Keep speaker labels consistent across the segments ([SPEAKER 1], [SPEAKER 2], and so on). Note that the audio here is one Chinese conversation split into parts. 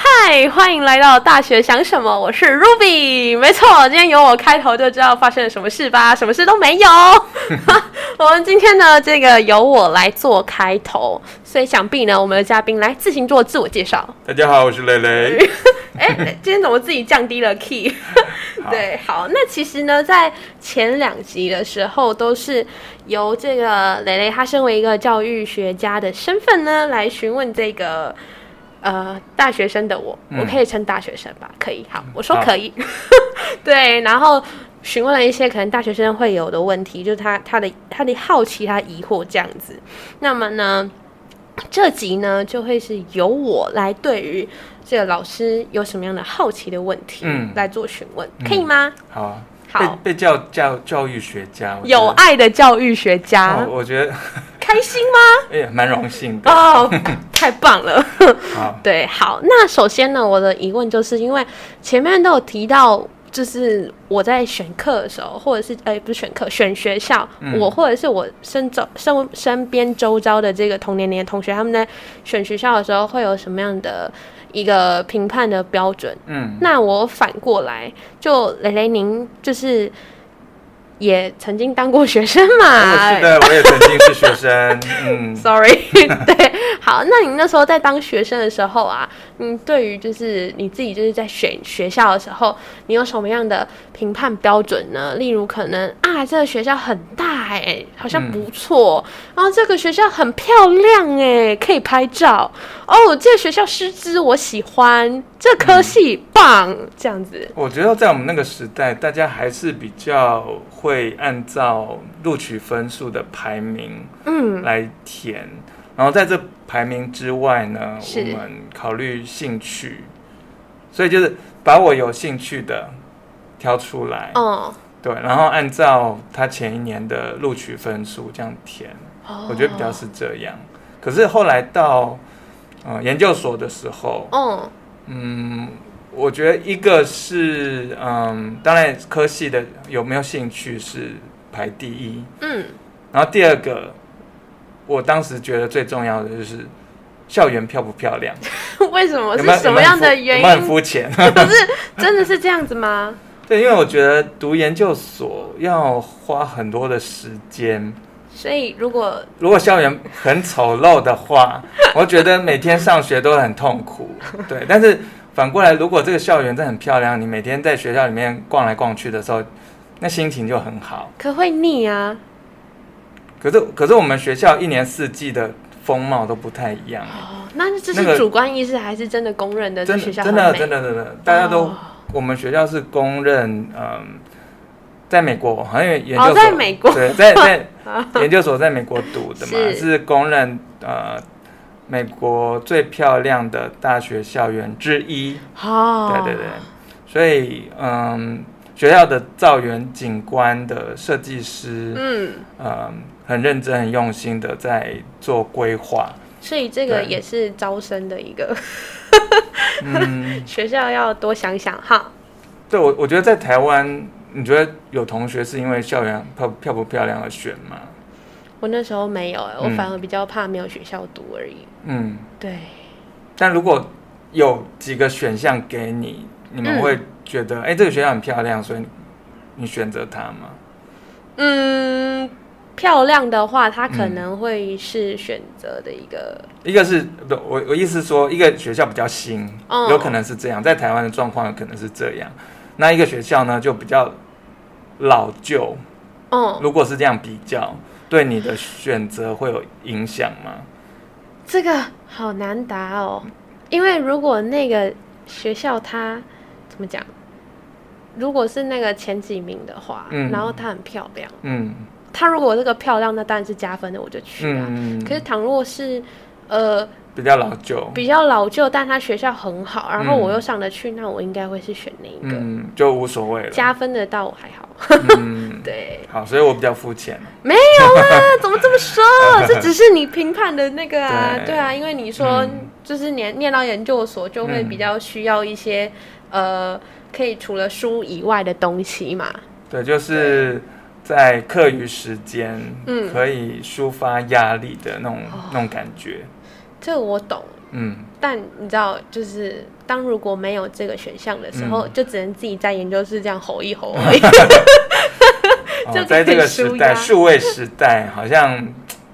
[SPEAKER 1] 嗨，欢迎来到大学想什么？我是 Ruby，没错，今天由我开头就知道发生了什么事吧？什么事都没有。 我们今天呢，这个由我来做开头，所以想必呢，我们的嘉宾来自行做自我介绍。
[SPEAKER 2] 大家好，我是 蕾蕾。
[SPEAKER 1] 哎、今天怎么自己降低了 key？对，好，那其实呢，在前两集的时候，都是由这个蕾蕾她身为一个教育学家的身份呢，来询问这个呃大学生的我，我可以称大学生吧？可以，好，我说
[SPEAKER 2] 好
[SPEAKER 1] 可以， 对，然后。询问了一些可能大学生会有的问题，就是他他的他的好奇、他疑惑这样子。那么呢，这集呢就会是由我来对于这个老师有什么样的好奇的问题，
[SPEAKER 2] 嗯
[SPEAKER 1] 来做询问，可以吗？
[SPEAKER 2] 好啊，
[SPEAKER 1] 好
[SPEAKER 2] 被被叫教教育学家，我觉得
[SPEAKER 1] 有啊爱的教育学家，
[SPEAKER 2] 哦我觉得
[SPEAKER 1] 开心吗？
[SPEAKER 2] 哎呀，蛮荣幸的。
[SPEAKER 1] 哦， 太棒了！
[SPEAKER 2] 好，
[SPEAKER 1] 对，好，那首先呢，我的疑问就是因为前面都有提到，就是我在选课的时候，或者是哎、不是选课，选学校，我或者是我身周身身边周遭的这个同年龄的同学，他们在选学校的时候会有什么样的一个评判的标准？
[SPEAKER 2] 嗯，
[SPEAKER 1] 那我反过来，就蕾蕾您就是也曾经当过学生嘛？
[SPEAKER 2] 我是的，我也曾经是 学生。嗯，
[SPEAKER 1] Sorry，对， 好，那你那时候在当学生的时候啊，你对于就是你自己就是在选学校的时候，你有什么样的评判标准呢？例如可能啊，这个学校很大哎、好
[SPEAKER 2] 嗯
[SPEAKER 1] 像不错，然后这个学校很漂亮哎、可以拍照哦，这个学校师资我喜欢，这
[SPEAKER 2] 嗯
[SPEAKER 1] 科系、棒，这样子，
[SPEAKER 2] 我觉得在我们那个时代，大家还是比较会按照录取分数的排名
[SPEAKER 1] 嗯
[SPEAKER 2] 来填，然后在这排名之外呢，
[SPEAKER 1] 是
[SPEAKER 2] 我们考虑兴趣，所以就是把我有兴趣的挑出来。
[SPEAKER 1] 哦、
[SPEAKER 2] 对，然后按照他前一年的录取分数这样填，
[SPEAKER 1] 哦
[SPEAKER 2] 我觉得比较是这样。可是后来到呃研究所的时候，
[SPEAKER 1] 哦，
[SPEAKER 2] 嗯，我觉得一个是嗯，当然科系的有没有兴趣是排第一，
[SPEAKER 1] 嗯
[SPEAKER 2] 然后第二个，我当时觉得最重要的就是校园漂不漂亮，
[SPEAKER 1] 嗯，为什么
[SPEAKER 2] 有
[SPEAKER 1] 是
[SPEAKER 2] 没有
[SPEAKER 1] 什么样的
[SPEAKER 2] 有
[SPEAKER 1] 原
[SPEAKER 2] 没有很
[SPEAKER 1] 因？
[SPEAKER 2] 肤浅？
[SPEAKER 1] 可是真的是这样子吗？
[SPEAKER 2] 对，因为我觉得读研究所要花很多的时间。
[SPEAKER 1] 所以如果
[SPEAKER 2] 如果校园很丑陋的话， 我觉得每天上学都很痛苦。对，但是反过来，如果这个校园真的很漂亮，你每天在学校里面逛来逛去的时候，那心情就很好。
[SPEAKER 1] 可会腻啊，
[SPEAKER 2] 可是，可是我们学校一年四季的风貌都不太一样，
[SPEAKER 1] 哦，那这
[SPEAKER 2] 那个
[SPEAKER 1] 是主观意识还是真的公认的？
[SPEAKER 2] 真
[SPEAKER 1] 这学
[SPEAKER 2] 的，
[SPEAKER 1] 校
[SPEAKER 2] 真的，啊
[SPEAKER 1] 很美
[SPEAKER 2] 真的，真的，大家都，
[SPEAKER 1] 哦
[SPEAKER 2] 我们学校是公认，嗯，在美国好像有研究所，
[SPEAKER 1] 哦在美国啊
[SPEAKER 2] 对，在在 研究所在美国读的嘛，
[SPEAKER 1] 是
[SPEAKER 2] 是公认呃美国最漂亮的大学校园之一。
[SPEAKER 1] 哦，
[SPEAKER 2] 对对对，所以嗯，学校的造园景观的设计师，嗯、
[SPEAKER 1] 嗯，
[SPEAKER 2] 很认真、很用心的在做规划。
[SPEAKER 1] 所以这个
[SPEAKER 2] 对
[SPEAKER 1] 也是招生的一个
[SPEAKER 2] 嗯，
[SPEAKER 1] 学校要多想想哈。
[SPEAKER 2] 对我我觉得在台湾，你觉得有同学是因为校园漂漂不漂亮而选吗？
[SPEAKER 1] 我那时候没有、欸，我
[SPEAKER 2] 嗯
[SPEAKER 1] 反而比较怕没有学校读而已。
[SPEAKER 2] 嗯，
[SPEAKER 1] 对，
[SPEAKER 2] 但如果有几个选项给你，你们
[SPEAKER 1] 嗯
[SPEAKER 2] 会觉得，哎、这个学校很漂亮，所以你你选择它吗？
[SPEAKER 1] 嗯，漂亮的话，它
[SPEAKER 2] 嗯
[SPEAKER 1] 可能会是选择的一个，
[SPEAKER 2] 一个是不，我我意思是说，一个学校比较新，
[SPEAKER 1] 哦
[SPEAKER 2] 有可能是这样，在台湾的状况有可能是这样。那一个学校呢，就比较老旧，
[SPEAKER 1] 嗯，
[SPEAKER 2] 如果是这样比较，对你的选择会有影响吗？
[SPEAKER 1] 这个好难答哦，因为如果那个学校它怎么讲，如果是那个前几名的话，
[SPEAKER 2] 嗯
[SPEAKER 1] 然后它很漂亮，
[SPEAKER 2] 嗯
[SPEAKER 1] 它如果这个漂亮，那当然是加分的，我就去啊。
[SPEAKER 2] 嗯，
[SPEAKER 1] 可是倘若是呃
[SPEAKER 2] 比较老旧，
[SPEAKER 1] 比较老旧，但它学校很好，然后
[SPEAKER 2] 嗯
[SPEAKER 1] 我又上得去，那我应该会是选那一个、
[SPEAKER 2] 嗯，就无所谓了。
[SPEAKER 1] 加分的，到我还好。
[SPEAKER 2] 嗯，
[SPEAKER 1] 对，
[SPEAKER 2] 好，所以我比较肤浅。
[SPEAKER 1] 没有 啦，怎么这么说？这只是你评判的那个啊，
[SPEAKER 2] 对
[SPEAKER 1] 对啊，因为你说、
[SPEAKER 2] 嗯
[SPEAKER 1] 就是你念到研究所就会比较需要一些、
[SPEAKER 2] 嗯
[SPEAKER 1] 呃，可以除了书以外的东西嘛。
[SPEAKER 2] 对，就是在课余时间，
[SPEAKER 1] 嗯哦
[SPEAKER 2] 可以抒发压力的那种、那种感觉。
[SPEAKER 1] 这个我懂，
[SPEAKER 2] 嗯，
[SPEAKER 1] 但你知道，就是当如果没有这个选项的时候，
[SPEAKER 2] 嗯
[SPEAKER 1] 就只能自己在研究室这样吼一吼 而已。就
[SPEAKER 2] 哦
[SPEAKER 1] 是、
[SPEAKER 2] 在这个时代，
[SPEAKER 1] 很舒压
[SPEAKER 2] 数位时代，好像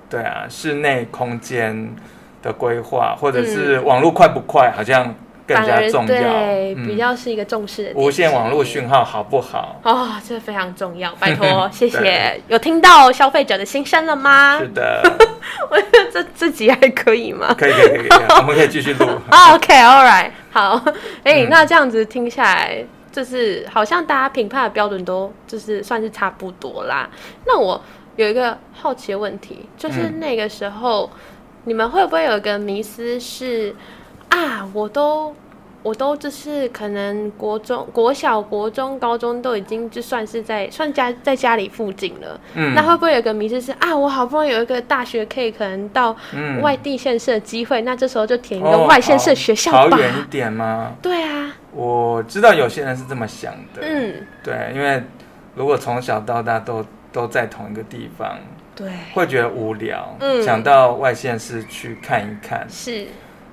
[SPEAKER 2] 对啊，室内空间的规划，或者是网络快不快，好像
[SPEAKER 1] 嗯
[SPEAKER 2] 更
[SPEAKER 1] 反
[SPEAKER 2] 加
[SPEAKER 1] 而
[SPEAKER 2] 重要。
[SPEAKER 1] 对、
[SPEAKER 2] 嗯
[SPEAKER 1] 比较是一个重视的点
[SPEAKER 2] 无线网络讯号好不好？
[SPEAKER 1] 哦，这非常重要，拜 托，谢谢。有听到消费者的心声了吗
[SPEAKER 2] 是？的，
[SPEAKER 1] 这这集还可以吗？
[SPEAKER 2] 可以可以可以，可以我们可以继续 录。
[SPEAKER 1] o k a l l right，好，哎、
[SPEAKER 2] 嗯
[SPEAKER 1] 那这样子听下来，就是好像大家评判的标准都就是算是差不多啦。那我有一个好奇的问题，就是
[SPEAKER 2] 嗯
[SPEAKER 1] 那个时候、你们会不会有一个迷思是啊，我都。我都就是可能国中、国小、国中、高中都已经就算是在算家在家里附近了，
[SPEAKER 2] 嗯，
[SPEAKER 1] 那会不会有一个迷思是啊，我好不容易有一个大学可以可能到
[SPEAKER 2] 嗯
[SPEAKER 1] 外地县市的机会，那这时候就填一个
[SPEAKER 2] 哦
[SPEAKER 1] 外县市的学校
[SPEAKER 2] 好
[SPEAKER 1] 吧
[SPEAKER 2] 好。远一点吗？
[SPEAKER 1] 对啊，
[SPEAKER 2] 我知道有些人是这么想的，
[SPEAKER 1] 嗯，
[SPEAKER 2] 对，因为如果从小到大都都在同一个地方，
[SPEAKER 1] 对，
[SPEAKER 2] 会觉得无聊，
[SPEAKER 1] 嗯
[SPEAKER 2] 想到外县市去看一看。
[SPEAKER 1] 是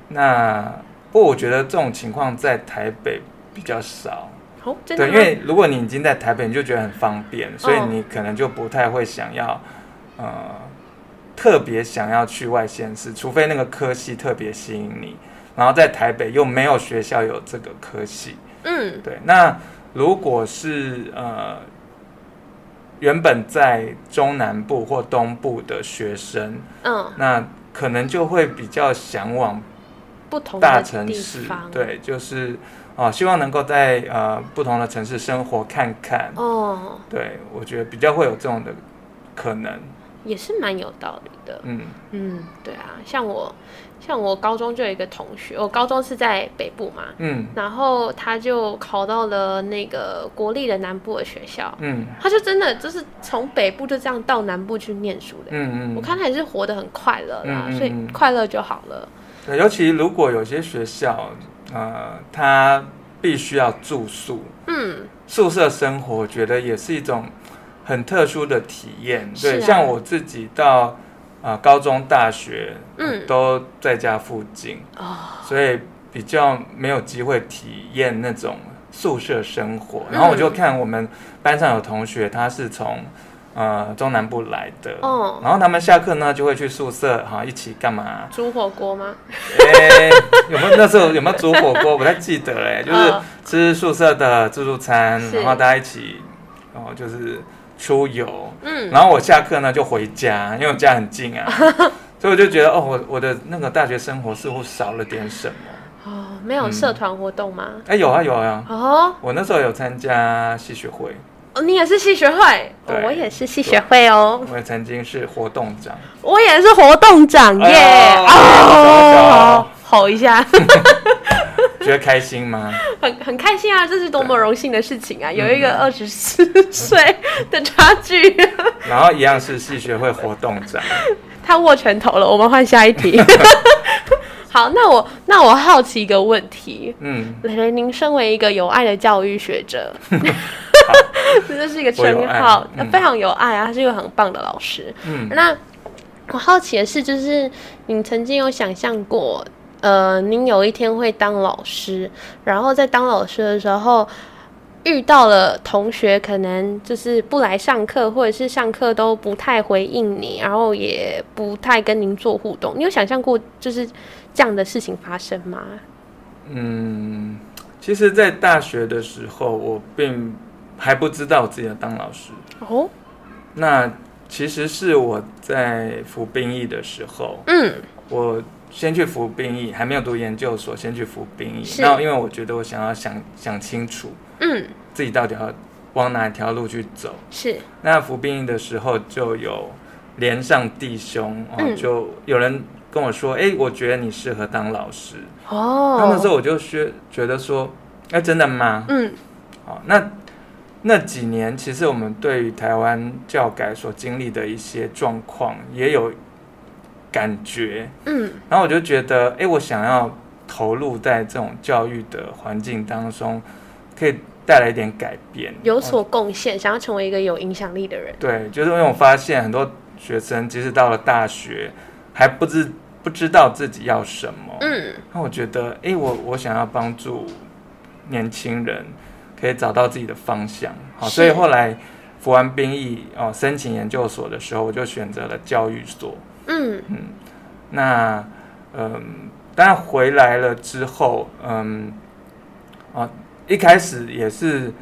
[SPEAKER 2] 那不过我觉得这种情况在台北比较少，
[SPEAKER 1] 哦，真的
[SPEAKER 2] 对，
[SPEAKER 1] 吗
[SPEAKER 2] 因为如果你已经在台北，你就觉得很方便，所以
[SPEAKER 1] 哦
[SPEAKER 2] 你可能就不太会想要，呃，特别想要去外县市，除非那个科系特别吸引你，然后在台北又没有学校有这个科系，
[SPEAKER 1] 嗯
[SPEAKER 2] 对，那如果是呃原本在中南部或东部的学生，
[SPEAKER 1] 嗯，
[SPEAKER 2] 那可能就会比较向往
[SPEAKER 1] 不同的
[SPEAKER 2] 大城市
[SPEAKER 1] 地方，，
[SPEAKER 2] 对，就是哦、希望能够在呃不同的城市生活看看，
[SPEAKER 1] 哦，
[SPEAKER 2] 对我觉得比较会有这种的可能，
[SPEAKER 1] 也是蛮有道理的。
[SPEAKER 2] 嗯
[SPEAKER 1] 嗯，对啊，像我，像我高中就有一个同学，我高中是在北部嘛，
[SPEAKER 2] 嗯
[SPEAKER 1] 然后他就考到了那个国立的南部的学校，
[SPEAKER 2] 嗯
[SPEAKER 1] 他就真的就是从北部就这样到南部去念书的。
[SPEAKER 2] 嗯
[SPEAKER 1] 我
[SPEAKER 2] 嗯，
[SPEAKER 1] 看他也是活得很快乐啦，
[SPEAKER 2] 嗯嗯嗯
[SPEAKER 1] 所以快乐就好了。
[SPEAKER 2] 对，尤其如果有些学校呃，它必须要住宿，
[SPEAKER 1] 嗯，
[SPEAKER 2] 宿舍生活，我觉得也是一种很特殊的体验。
[SPEAKER 1] 是啊
[SPEAKER 2] 对，像我自己到啊、呃高中、大学，
[SPEAKER 1] 嗯
[SPEAKER 2] 都在家附近，
[SPEAKER 1] 哦，
[SPEAKER 2] 所以比较没有机会体验那种宿舍生活。
[SPEAKER 1] 嗯
[SPEAKER 2] 然后我就看我们班上有同学，他是从呃中南部来的，
[SPEAKER 1] 哦
[SPEAKER 2] 然后他们下课呢就会去宿舍哈、一起干嘛？
[SPEAKER 1] 煮火锅吗？
[SPEAKER 2] 哎、有没有那时候有没有煮火锅？我不太记得 了哎、就是
[SPEAKER 1] 嗯
[SPEAKER 2] 吃宿舍的自助餐，
[SPEAKER 1] 是
[SPEAKER 2] 然后大家一起，然后就是出游。
[SPEAKER 1] 嗯，
[SPEAKER 2] 然后我下课呢就回家，因为我家很近 啊，所以我就觉得哦，我我的那个大学生活似乎少了点什么。
[SPEAKER 1] 哦，没有社团活动吗？
[SPEAKER 2] 哎、有啊有啊，
[SPEAKER 1] 哦，
[SPEAKER 2] 我那时候有参加戏学会，
[SPEAKER 1] 哦你也是戏学会，
[SPEAKER 2] 对
[SPEAKER 1] 哦我也是戏学会哦，
[SPEAKER 2] 我也曾经是活动长。
[SPEAKER 1] 我也是活动长耶。
[SPEAKER 2] 哎呦
[SPEAKER 1] 哦，吼一下，
[SPEAKER 2] 觉得开心吗？
[SPEAKER 1] 很很开心啊！这是多么荣幸的事情啊！有一个
[SPEAKER 2] 嗯
[SPEAKER 1] 二十四岁的差距，
[SPEAKER 2] 然后一样是戏学会活动长，
[SPEAKER 1] 他握拳头了。我们换下一题。 好，那我那我好奇一个问题，
[SPEAKER 2] 嗯，
[SPEAKER 1] 蕾蕾，您身为一个有爱的教育学者， 这就是一个称
[SPEAKER 2] 我
[SPEAKER 1] 号呃
[SPEAKER 2] 有爱，嗯
[SPEAKER 1] 非常有爱啊！他是一个很棒的老师。
[SPEAKER 2] 嗯
[SPEAKER 1] 那我好奇的是，就是你曾经有想象过，呃，您有一天会当老师，然后在当老师的时候。遇到了同学，可能就是不来上课，或者是上课都不太回应你，然后也不太跟您做互动。你有想象过就是这样的事情发生吗？
[SPEAKER 2] 嗯，其实，在大学的时候，我并还不知道我自己要当老师。
[SPEAKER 1] 哦，
[SPEAKER 2] 那其实是我在服兵役的时候，
[SPEAKER 1] 嗯，
[SPEAKER 2] 我先去服兵役，还没有读研究所，先去服兵役。
[SPEAKER 1] 是
[SPEAKER 2] 那因为我觉得我想要想想清楚
[SPEAKER 1] 嗯，
[SPEAKER 2] 自己到底要往哪条路去走。
[SPEAKER 1] 是，
[SPEAKER 2] 那服兵役的时候就有连上弟兄，哦
[SPEAKER 1] 嗯
[SPEAKER 2] 就有人跟我说：“哎、我觉得你适合当老师。
[SPEAKER 1] 哦，
[SPEAKER 2] 那那时候我就觉觉得说：“哎、真的吗？”
[SPEAKER 1] 嗯，
[SPEAKER 2] 好，那那几年其实我们对于台湾教改所经历的一些状况也有感觉，
[SPEAKER 1] 嗯
[SPEAKER 2] 然后我就觉得，诶，我想要投入在这种教育的环境当中，可以带来一点改变，
[SPEAKER 1] 有
[SPEAKER 2] 哦
[SPEAKER 1] 所贡献，想要成为一个有影响力的人。
[SPEAKER 2] 对，就是因为我发现很多学生即使到了大学，还不知不知道自己要什么，
[SPEAKER 1] 嗯
[SPEAKER 2] 那我觉得，诶，我我想要帮助年轻人可以找到自己的方向，好，
[SPEAKER 1] 是
[SPEAKER 2] 所以后来服完兵役哦、申请研究所的时候，我就选择了教育所。
[SPEAKER 1] 嗯
[SPEAKER 2] 那嗯，当然回来了之后，嗯，哦，一开始也是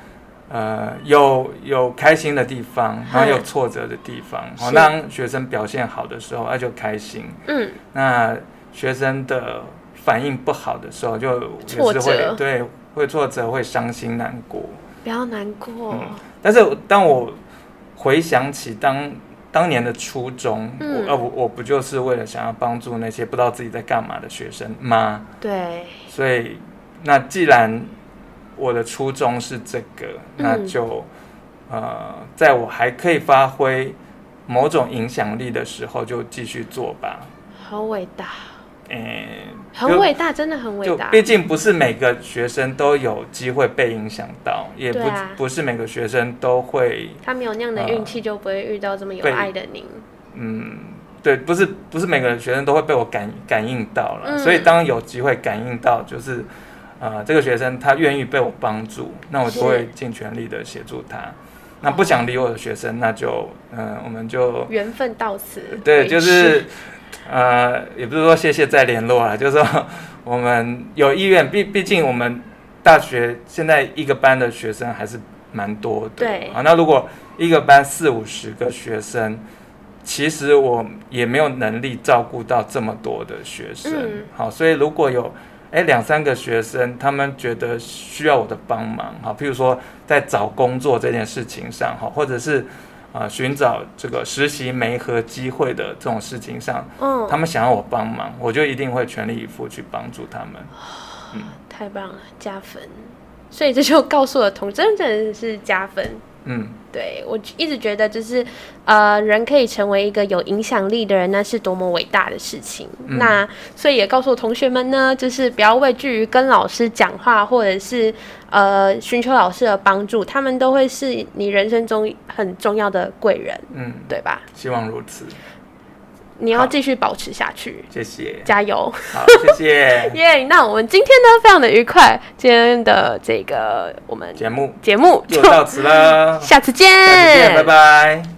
[SPEAKER 2] 呃有有开心的地方，然后有
[SPEAKER 1] 嗨
[SPEAKER 2] 挫折的地方。好，
[SPEAKER 1] 是
[SPEAKER 2] 当学生表现好的时候，那就开心；
[SPEAKER 1] 嗯，
[SPEAKER 2] 那学生的反应不好的时候，就
[SPEAKER 1] 挫
[SPEAKER 2] 也是
[SPEAKER 1] 折
[SPEAKER 2] 会对会挫折，会伤心难过。
[SPEAKER 1] 不要难过。
[SPEAKER 2] 嗯但是当我回想起当当年的初衷，
[SPEAKER 1] 嗯
[SPEAKER 2] 我呃我我不就是为了想要帮助那些不知道自己在干嘛的学生吗？
[SPEAKER 1] 对，
[SPEAKER 2] 所以那既然我的初衷是这个，
[SPEAKER 1] 嗯
[SPEAKER 2] 那就、呃，在我还可以发挥某种影响力的时候，就继续做吧。
[SPEAKER 1] 好伟大，
[SPEAKER 2] 诶、
[SPEAKER 1] 很伟大，真的很伟
[SPEAKER 2] 就
[SPEAKER 1] 大。
[SPEAKER 2] 毕竟不是每个学生都有机会被影响到，也不、
[SPEAKER 1] 对啊
[SPEAKER 2] 不是每个学生都会
[SPEAKER 1] 他没有那样的运气，就不会遇到这么有
[SPEAKER 2] 对
[SPEAKER 1] 爱的您。
[SPEAKER 2] 嗯，对，不是不是每个学生都会被我感感应到了，
[SPEAKER 1] 嗯
[SPEAKER 2] 所以当有机会感应到，就是呃这个学生他愿意被我帮助，那我
[SPEAKER 1] 是
[SPEAKER 2] 就会尽全力的协助他。那不想理我的学生，那就嗯、我们就
[SPEAKER 1] 缘分到此 为止，
[SPEAKER 2] 对，就是呃也不是说谢谢再联络啊，就是说我们有意愿，毕毕竟我们大学现在一个班的学生还是蛮多的，
[SPEAKER 1] 对
[SPEAKER 2] 啊，那如果一个班四五十个学生，其实我也没有能力照顾到这么多的学生。
[SPEAKER 1] 嗯
[SPEAKER 2] 好，所以如果有哎两三个学生，他们觉得需要我的帮忙，好，譬如说在找工作这件事情上，好，或者是啊、呃寻找这个实习媒合机会的这种事情上，他
[SPEAKER 1] 嗯，
[SPEAKER 2] 们想要我帮忙，我就一定会全力以赴去帮助他们。
[SPEAKER 1] 太棒了，加分。所以这就告诉了童真真的是加分。
[SPEAKER 2] 嗯，
[SPEAKER 1] 对我一直觉得就是，呃，人可以成为一个有影响力的人，那是多么伟大的事情。
[SPEAKER 2] 嗯
[SPEAKER 1] 那所以也告诉同学们呢，就是不要畏惧于跟老师讲话，或者是呃寻求老师的帮助，他们都会是你人生中很重要的贵人，
[SPEAKER 2] 嗯，
[SPEAKER 1] 对吧？
[SPEAKER 2] 希望如此，
[SPEAKER 1] 你要
[SPEAKER 2] 好
[SPEAKER 1] 继续保持下去，
[SPEAKER 2] 谢谢，
[SPEAKER 1] 加油！
[SPEAKER 2] 好，谢谢
[SPEAKER 1] 耶、那我们今天呢，非常的愉快，今天的这个我们
[SPEAKER 2] 节目
[SPEAKER 1] 节目
[SPEAKER 2] 就
[SPEAKER 1] 就
[SPEAKER 2] 到此了，
[SPEAKER 1] 下次见，
[SPEAKER 2] 下次见，拜拜。